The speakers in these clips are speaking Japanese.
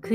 ク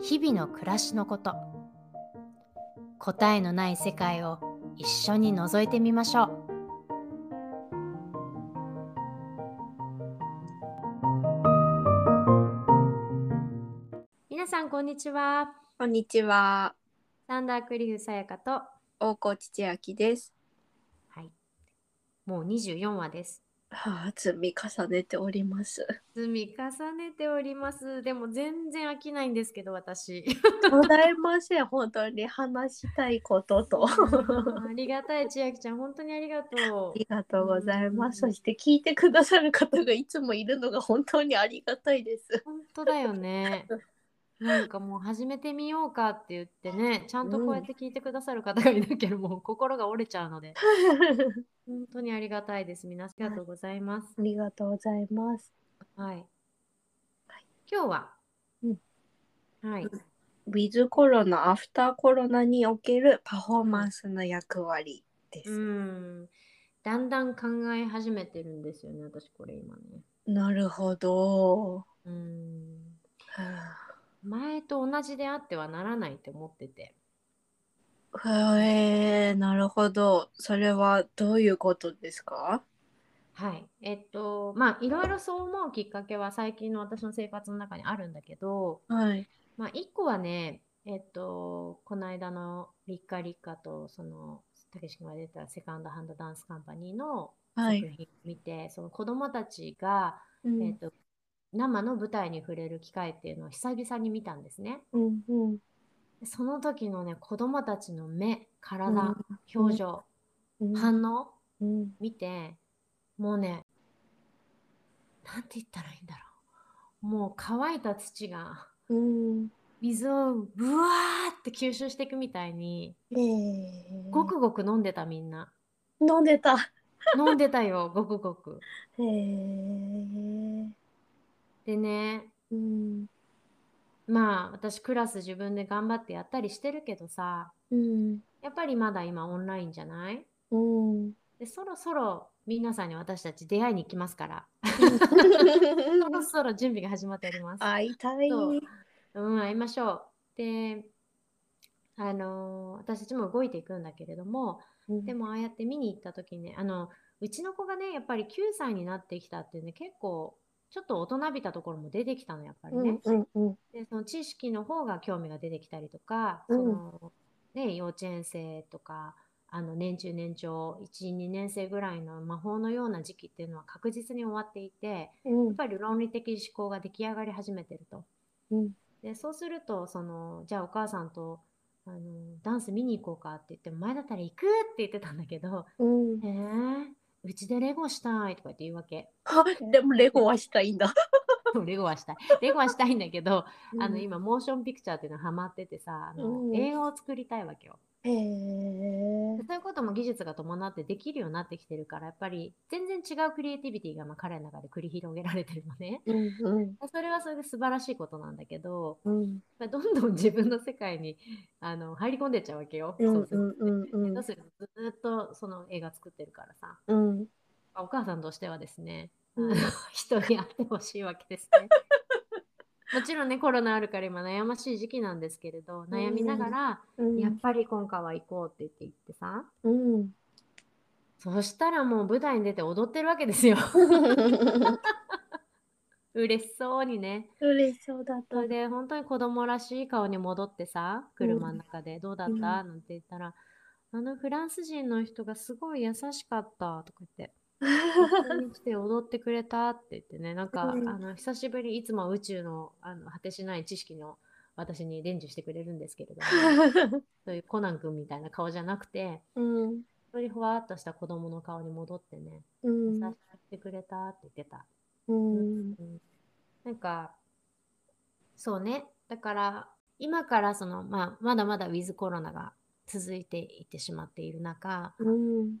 日々の暮らしのこと答えのない世界を一緒に覗いてみましょう皆さんこんにちはこんにちは、サンダークリフさやかと大河内千秋です。はいもう24話ですはあ、積み重ねてお ります。積み重ねておりますでも全然飽きないんですけど 私ございません、本当に話したいことと。あありがたい千秋ちゃん本当にありがとうりがとうございます。うんそして聞いてくださる方がいつもいるのが本当にありがたい です。本当だよね。なんかもう始めてみようかって言ってね、ちゃんとこうやって聞いてくださる方がいなければ、もう心が折れちゃうので、本当にありがたいです。皆さんありがとうございます。ありがとうございます。はい。今日は、うんはい。ウィズコロナ、アフターコロナにおけるパフォーマンスの役割でうす。ん。だんだん考え始めてるんですよね、私これ今ね。なるほど。うん。は前と同じであってはならないって思ってて。あへえなるほど。それはどういうことですかはい、えっとまあいろいろそう思うきっかけは最近の私の生活の中にあるんだけど、はい。まあ、一個はねえっとこの間のリッカリッカとそのたけし君が出たセカンドハンドダンスカンパニーのは作い。品を見て、その子どもたちが、うんえっと、生の舞台に触れる機会っていうのを久々に見たんですね。うんうんでその時のね子どもたちの目体、うん表情、うん反応うん見てもうねなんて言ったらいいんだろうもう乾いた土がうん水をブワーって吸収していくみたいにええごくごく飲んでたみんな飲んでた。飲んでたよ ごくごくええでねうんまあ私クラス自分で頑張ってやったりしてるけどさうんやっぱりまだ今オンラインじゃない うん。でそろそろ皆さんに私たち出会いに行きますからそろそろ準備が始まっております会いたい。そうううん、会いましょう。で、あのー私たちも動いていくんだけれども、んでもああやって見に行った時にね、あの、うちの子がね、やっぱり9歳になってきたっていうね、結構、ちょっと大人びたところも出てきたの、やっぱりうね。んうんうんで、その知識の方が興味が出てきたりとか、うんその、ね、幼稚園生とか、あの年中年長1、2年生ぐらいの魔法のような時期っていうのは確実に終わっていて、やうんっぱり論理的思考が出来上がり始めてると。うんでそうするとそのじゃあお母さんとあのダンス見に行こうかって言って前だったら行くって言ってたんだけどうん「えー、うちでレゴしたい」とか言って言うわけ はでもレゴはしたいんだ。レゴはしたいレゴはしたいんだけど、あのうん。今モーションピクチャーっていうのはハマっててさあの、うん映画を作りたいわけよええでそういうことも技術が伴ってできるようになってきてるからやっぱり全然違うクリエイティビティがまあ彼の中で繰り広げられてるのね うんうんそれはそれで素晴らしいことなんだけど、うんまあ、どんどん自分の世界にあの入り込んでっちゃうわけよ、うんそうするとうんどうするずーっとその映画作ってるからさうんお母さんとしてはですね、うんあの 人に会ってほしいわけです ねもちろんねコロナあるから今悩ましい時期なんですけれど悩みながら、うんやっぱり今回は行こうって言って行ってさ うん。そしたらもう舞台に出て踊ってるわけですよ 嬉しそうにね嬉しそうだっそた れ。で本当に子供らしい顔に戻ってさ車の中で「どうだったうんなんて言ったら「あのフランス人の人がすごい優しかった」とか言ってここに来て踊ってくれたって言ってねなんか、うんあの久しぶりいつもは宇宙のあの果てしない知識の私に伝授してくれるんですけれど もそういうコナン君みたいな顔じゃなくてうんよりふわっとした子供の顔に戻ってねう優んしくしてくれたって言ってた、うんうんなんかそうねだから今からその、まあ、まだまだウィズコロナが続いていってしまっている中うん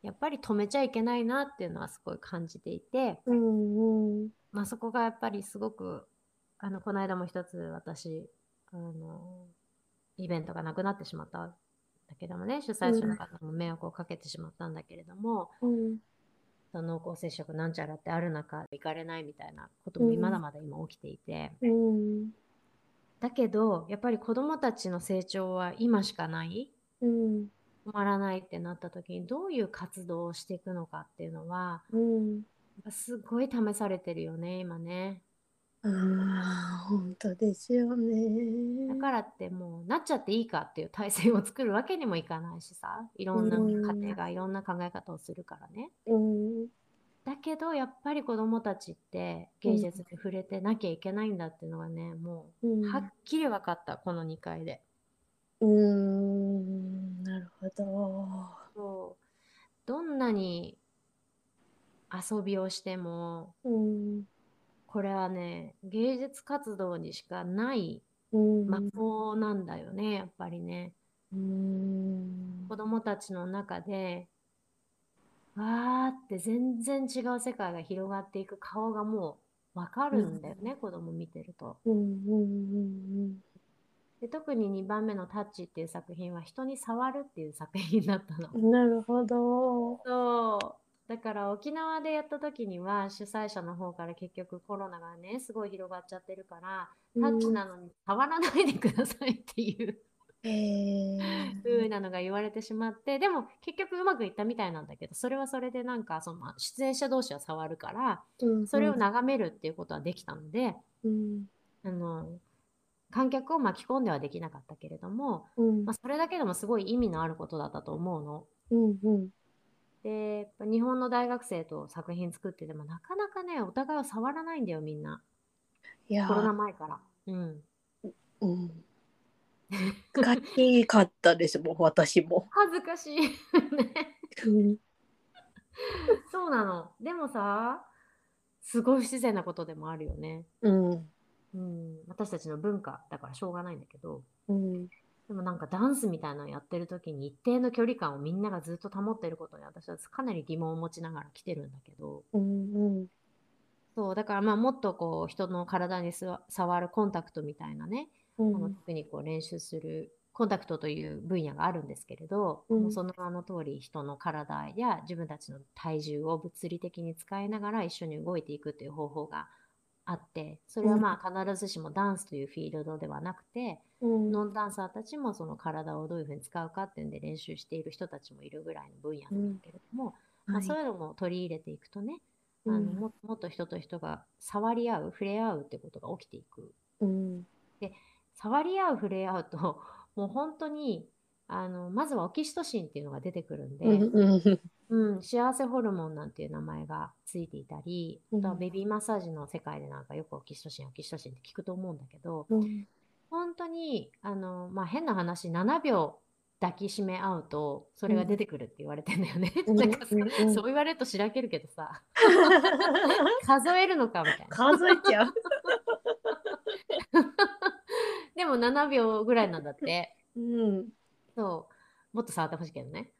やっぱり止めちゃいけないなっていうのはすごい感じていて、うんうんまあ、そこがやっぱりすごくあのこの間も一つ私あのイベントがなくなってしまったんだけどもね主催者の方も迷惑をかけてしまったんだけれども、うんその濃厚接触なんちゃらってある中行かれないみたいなこともうんまだまだ今起きていて、うんだけどやっぱり子どもたちの成長は今しかないうん止まらないってなった時にどういう活動をしていくのかっていうのはうんやっぱすごい試されてるよね今ね。あー本当ですよねだからってもうなっちゃっていいかっていう体制を作るわけにもいかないしさいろんなうん家庭がいろんな考え方をするからね。うんだけどやっぱり子どもたちって芸術に触れてなきゃいけないんだっていうのがねもううんはっきり分かったこの2回で。うんなるほどそうどんなに遊びをしてもうんこれはね芸術活動にしかないうん魔法なんだよねやっぱりね。うん子供たちの中でわーって全然違う世界が広がっていく顔がもうわかるんだよね、子供見てるとうんうんで特に2番目の「タッチ」っていう作品は人に触るっていう作品だったの、うんなるほどそうだから沖縄でやった時には主催者の方から結局コロナがねすごい広がっちゃってるから、タッチなのに触らないでくださいっていうへえ風なのが言われてしまってでも結局うまくいったみたいなんだけどそれはそれでなんかその出演者同士は触るからそれを眺めるっていうことはできたので、うんあの観客を巻き込んではできなかったけれども、うんまあ、それだけでもすごい意味のあることだったと思うの。うんうんでやっぱ日本の大学生と作品作っててもなかなかねお互いを触らないんだよみんないやコロナ前から。うん、うん難しかったですもん私も恥ずかしいね。うん そうなの。でもさ、すごい不自然なことでもあるよね。うんうん、私たちの文化だからしょうがないんだけど、うんでもなんかダンスみたいなのやってる時に一定の距離感をみんながずっと保ってることに私はかなり疑問を持ちながら来てるんだけど、うんそう、だからまあもっとこう人の体にすわ触るコンタクトみたいなね、うあのんテクニックを練習するコンタクトという分野があるんですけれど、うんもうその名の通り人の体や自分たちの体重を物理的に使いながら一緒に動いていくという方法があってそれはまあ必ずしもダンスというフィールドではなくて、うんノンダンサーたちもその体をどういうふうに使うかっていうんで練習している人たちもいるぐらいの分野なんだけれども、まあ、そういうのも取り入れていくとね、あのももっと人と人が触り合う触れ合うってことが起きていくうん触り合う触れ合うと もう本当にあのまずはオキシトシンっていうのが出てくるんで、うんうんうん幸せホルモンなんていう名前がついていたりあとはうんベビーマッサージの世界でなんかよくオキシトシンオキシトシンって聞くと思うんだけどうん本当にあの、まあ、変な話7秒抱きしめ合うとそれが出てくるって言われてんだよね、うんなんかさ、うんうんそう言われるとしらけるけどさ数えるのかみたいな数えちゃうでも7秒ぐらいなんだって。うんそう。もっと触ってほしいけどね。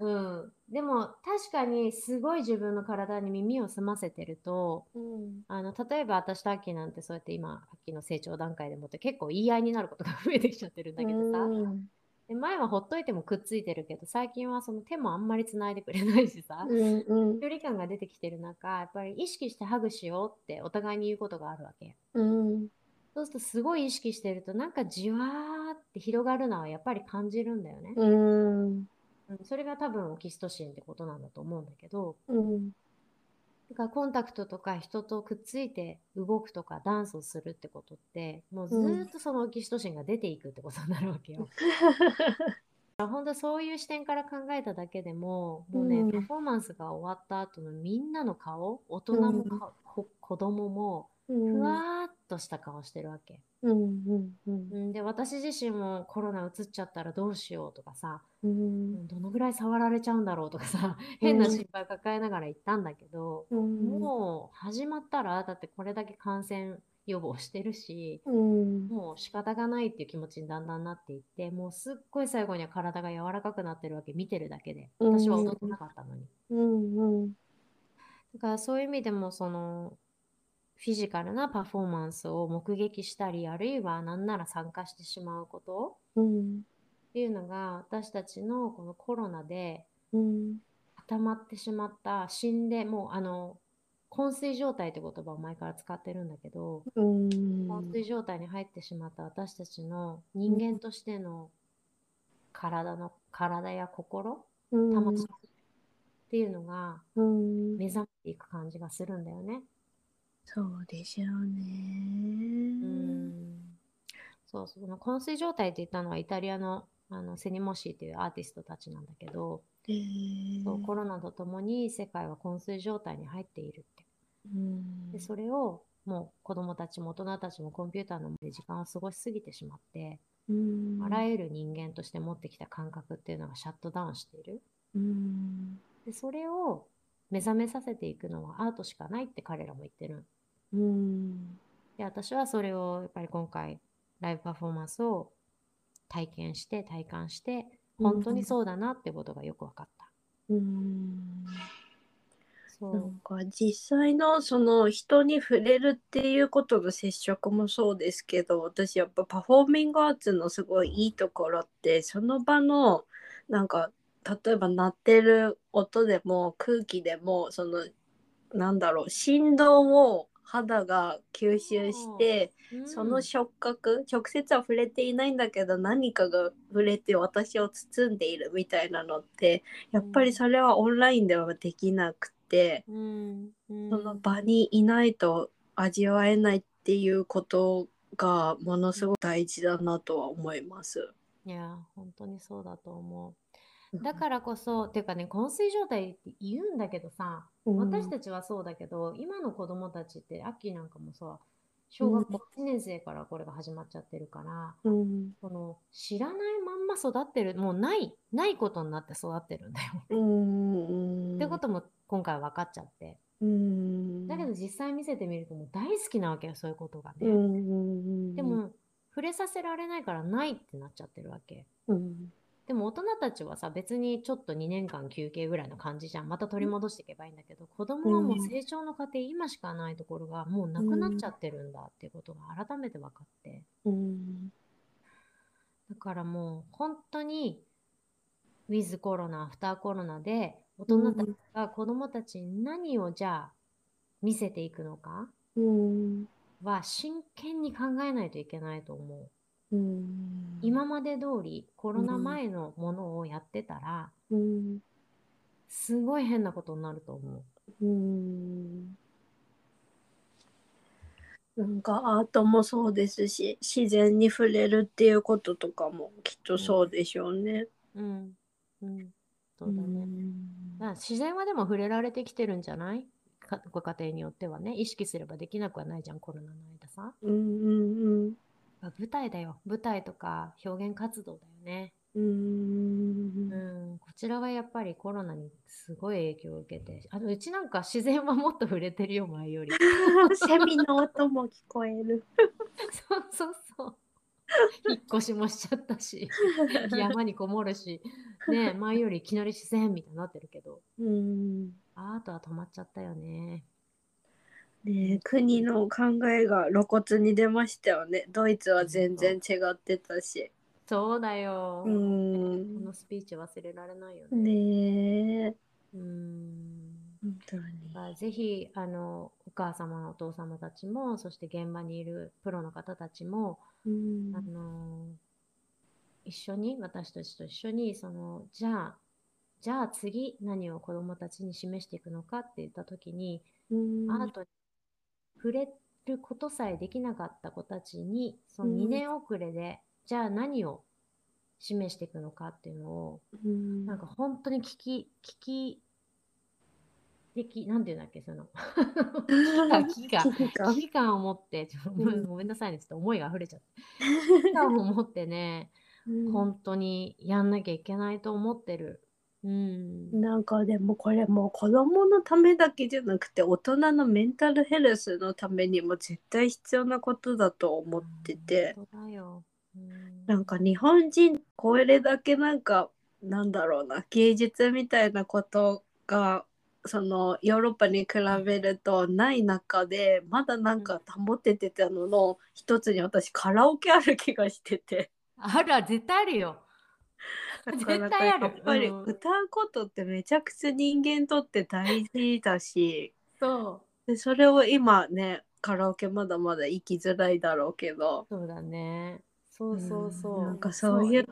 うん。でも確かにすごい自分の体に耳を澄ませてると、うんあの例えば私とアッキーなんてそうやって今、アッキーの成長段階でもって結構言い合いになることが増えてきちゃってるんだけどさ。うんで前はほっといてもくっついてるけど、最近はその手もあんまりつないでくれないしさ。うんうん距離感が出てきてる中、やっぱり意識してハグしようってお互いに言うことがあるわけ。うんそうするとすごい意識してるとなんかじわーって広がるのはやっぱり感じるんだよね。うんうんそれが多分オキシトシンってことなんだと思うんだけど、うんだからコンタクトとか人とくっついて動くとかダンスをするってことって、もうずーっとそのオキシトシンが出ていくってことになるわけよ。本当そういう視点から考えただけでも、もうね、うんパフォーマンスが終わった後のみんなの顔、大人も顔、こ子供も、ふわーっとした顔してるわけ。うんうんうんうん、で、私自身もコロナうつっちゃったらどうしようとかさ、うんどのぐらい触られちゃうんだろうとかさ変な心配抱えながら行ったんだけど、うんもう始まったらだってこれだけ感染予防してるし、うん。もう仕方がないっていう気持ちにだんだんなっていって、もうすっごい最後には体が柔らかくなってるわけ、見てるだけで。うん私は踊ってなかったのに。うん。うん。だからそういう意味でもそのフィジカルなパフォーマンスを目撃したりあるいは何なら参加してしまうことうん。っていうのが私たちのこのコロナでうん。固まってしまった死んでもうあの昏睡状態って言葉を前から使ってるんだけどうん。昏睡状態に入ってしまった私たちの人間としての体の体や心魂っていうのがうん。目覚めていく感じがするんだよね。そうでしょうね。そうそう、この昏睡状態って言ったのはイタリアのあのセニモシーというアーティストたちなんだけど、えーそうコロナとともに世界は昏睡状態に入っているって。うんで、それをもう子供たちも大人たちもコンピューターの前で時間を過ごしすぎてしまって、うんあらゆる人間として持ってきた感覚っていうのがシャットダウンしている。うんで、それを目覚めさせていくのはアートしかないって彼らも言ってる。うんで、私はそれをやっぱり今回、ライブパフォーマンスを体験して、体感して、本当にそうだなってことがよく分かった。うんそなんか実際のその人に触れるっていうことの接触もそうですけど私やっぱパフォーミングアーツのすごいいいところってその場のなんか例えば鳴ってる音でも空気でもそのなんだろう振動を肌が吸収して、う。その触覚、直接は触れていないんだけど何かが触れて私を包んでいるみたいなのってやっぱりそれはオンラインではできなくて、うん、うんその場にいないと味わえないっていうことがものすごく大事だなとは思います。いや、本当にそうだと思う。だからこそ、っていうかね、昏睡状態って言うんだけどさ、ら私たちはそうだけど、今の子供たちって、アッキーなんかもさ、小学校1年生からこれが始まっちゃってるから、うんこの知らないまんま育ってる、もうない、ないことになって育ってるんだよ。うんってことも今回分かっちゃって。うんだけど実際見せてみるともう大好きなわけよ、そういうことがうね。んでも、触れさせられないからないってなっちゃってるわけ。うんでも大人たちはさ、別にちょっと2年間休憩ぐらいの感じじゃん。また取り戻していけばいいんだけど、子供はもう成長の過程、今しかないところがもうなくなっちゃってるんだっていうことが改めて分かって。うんだからもう本当に、ウィズコロナ、アフターコロナで、大人たちが子供たちに何をじゃあ見せていくのかうんは真剣に考えないといけないと思う。うん今まで通りコロナうん前のものをやってたら、うんすごい変なことになると思う。うーんなんかアートもそうですし自然に触れるっていうこととかもきっとそうでしょうね。うん。うん。そううだんね。まあ自然はでも触れられてきてるんじゃないかご家庭によってはね、意識すればできなくはないじゃん、コロナの間さ。うんうんあ舞台だよ。舞台とか表現活動だよね。うんうんうん。こちらはやっぱりコロナにすごい影響を受けて、あのうちなんか自然はもっと触れてるよ、前 より。セミの音も聞こえる。そうそうそう。引っ越しもしちゃったし、山にこもるし、ねえ、前よりいきなり自然みたいになってるけど、うんアートは止まっちゃったよね。ねえ国の考えが露骨に出ましたよね。ドイツは全然違ってたし。そうだよ。こうんのスピーチ忘れられないよね。ねえうん。本当だからぜひ、あの、お母様、お父様たちも、そして現場にいるプロの方たちも、に。あの一緒に私たちと一緒にそのじゃあじゃあ次何を子どもたちに示していくのかって言った時に、うんアートに触れることさえできなかった子たちにそうのん2年遅れで、じゃあ何を示していくのかっていうのをうんなんか本当に聞き聞き的なんていうんだっけその危機感危機感危機感を持ってちょっとごめんうんごめんなさいねちょっと思いが溢れち ゃって危機感を持ってねうん本当にやんなきゃいけないと思ってるうんなんかでもこれもう子供のためだけじゃなくて大人のメンタルヘルスのためにも絶対必要なことだと思ってて本当だよ、うんなんか日本人これだけなんかなんだろうな芸術みたいなことがそのヨーロッパに比べるとない中でまだなんか保ててたのの一つに私カラオケある気がしてて。あるある絶対あるよ絶対あるやっぱりうん歌うことってめちゃくちゃ人間にとって大事だしそうでそれを今ねカラオケまだまだ行きづらいだろうけどそうだねそうそうそう、なんかそういう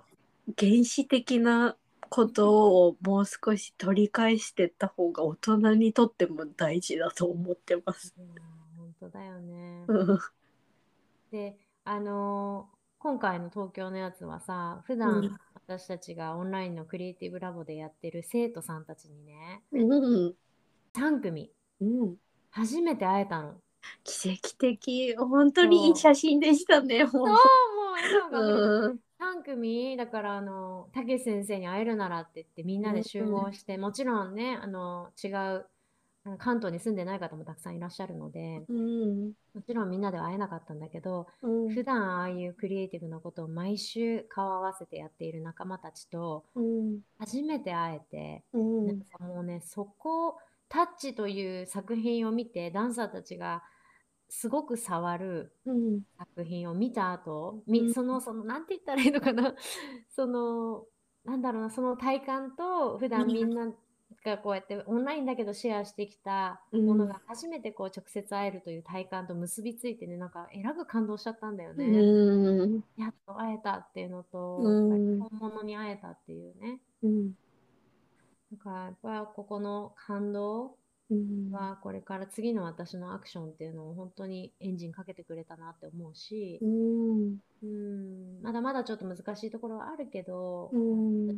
原始的なことをもう少し取り返してった方が大人にとっても大事だと思ってます。うん本当だよね、うんであのー今回の東京のやつはさ普う段ん私たちがオンラインのクリエイティブラボでやってる生徒さんたちにねうん3組うん、初めて会えたの奇跡的本当にいい写真でしたね。そう本もう笑当顔が溢れてうん3組だからあのたけし先生に会えるならって言ってみんなで集合して、もちろんねあの違うあの関東に住んでない方もたくさんいらっしゃるのでうんもちろんみんなでは会えなかったんだけどうん普段ああいうクリエイティブなことを毎週顔合わせてやっている仲間たちとうん初めて会えて、うんなんかもうねそこ「タッチ」という作品を見てダンサーたちがすごく触るうん作品を見た後、うみんそのそのなんて言ったらいいのかな そのなんだろうなその体感と普段うんみんながこうやってオンラインだけどシェアしてきたものが初めてこう直接会えるという体感と結びついてねなんかえらく感動しちゃったんだよね、うんやっと会えたっていうのと、うんやっぱり本物に会えたっていうねうんなんかやっぱここの感動うんはこれから次の私のアクションっていうのを本当にエンジンかけてくれたなって思うし、うんうんまだまだちょっと難しいところはあるけど、うん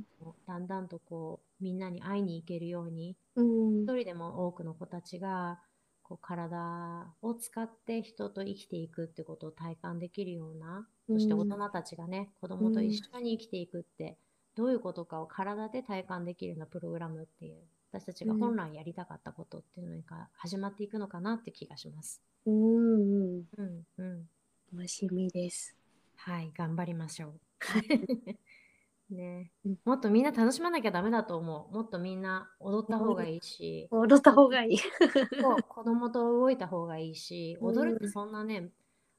だんだんとこうみんなに会いに行けるようにうん一人でも多くの子たちがこう体を使って人と生きていくってことを体感できるような、そして大人たちがね子供と一緒に生きていくってどういうことかを体で体感できるようなプログラムっていう私たちが本来やりたかったことっていうのが始まっていくのかなって気がします。うんうんうん楽しみです。はい、頑張りましょ う。ねうん、もっとみんな楽しまなきゃダメだと思う。もっとみんな踊った方がいいし、踊った方がいい。 そう子供と動いた方がいいし、うん踊るってそんなね、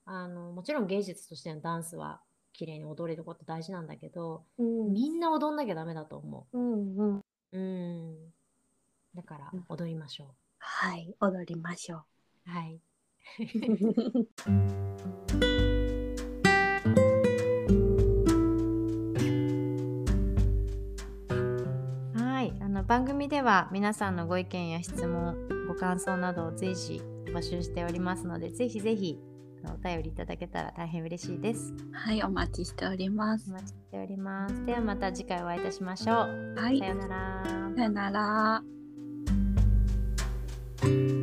あのもちろん芸術としてのダンスは綺麗に踊れること大事なんだけど、うんみんな踊んなきゃダメだと思うんうんう。うん。だからうん踊りましょはい踊りましょう。はい。う。はい、あの番組では皆さんのご意見や質問、ご感想などを随時募集しておりますので、ぜひぜひあのお便りいただけたら大変嬉しいです。 はいお待ちしておりまおす。待ちしております。ではまた次回お会いいたしましょう。はいさようなら。さよなら。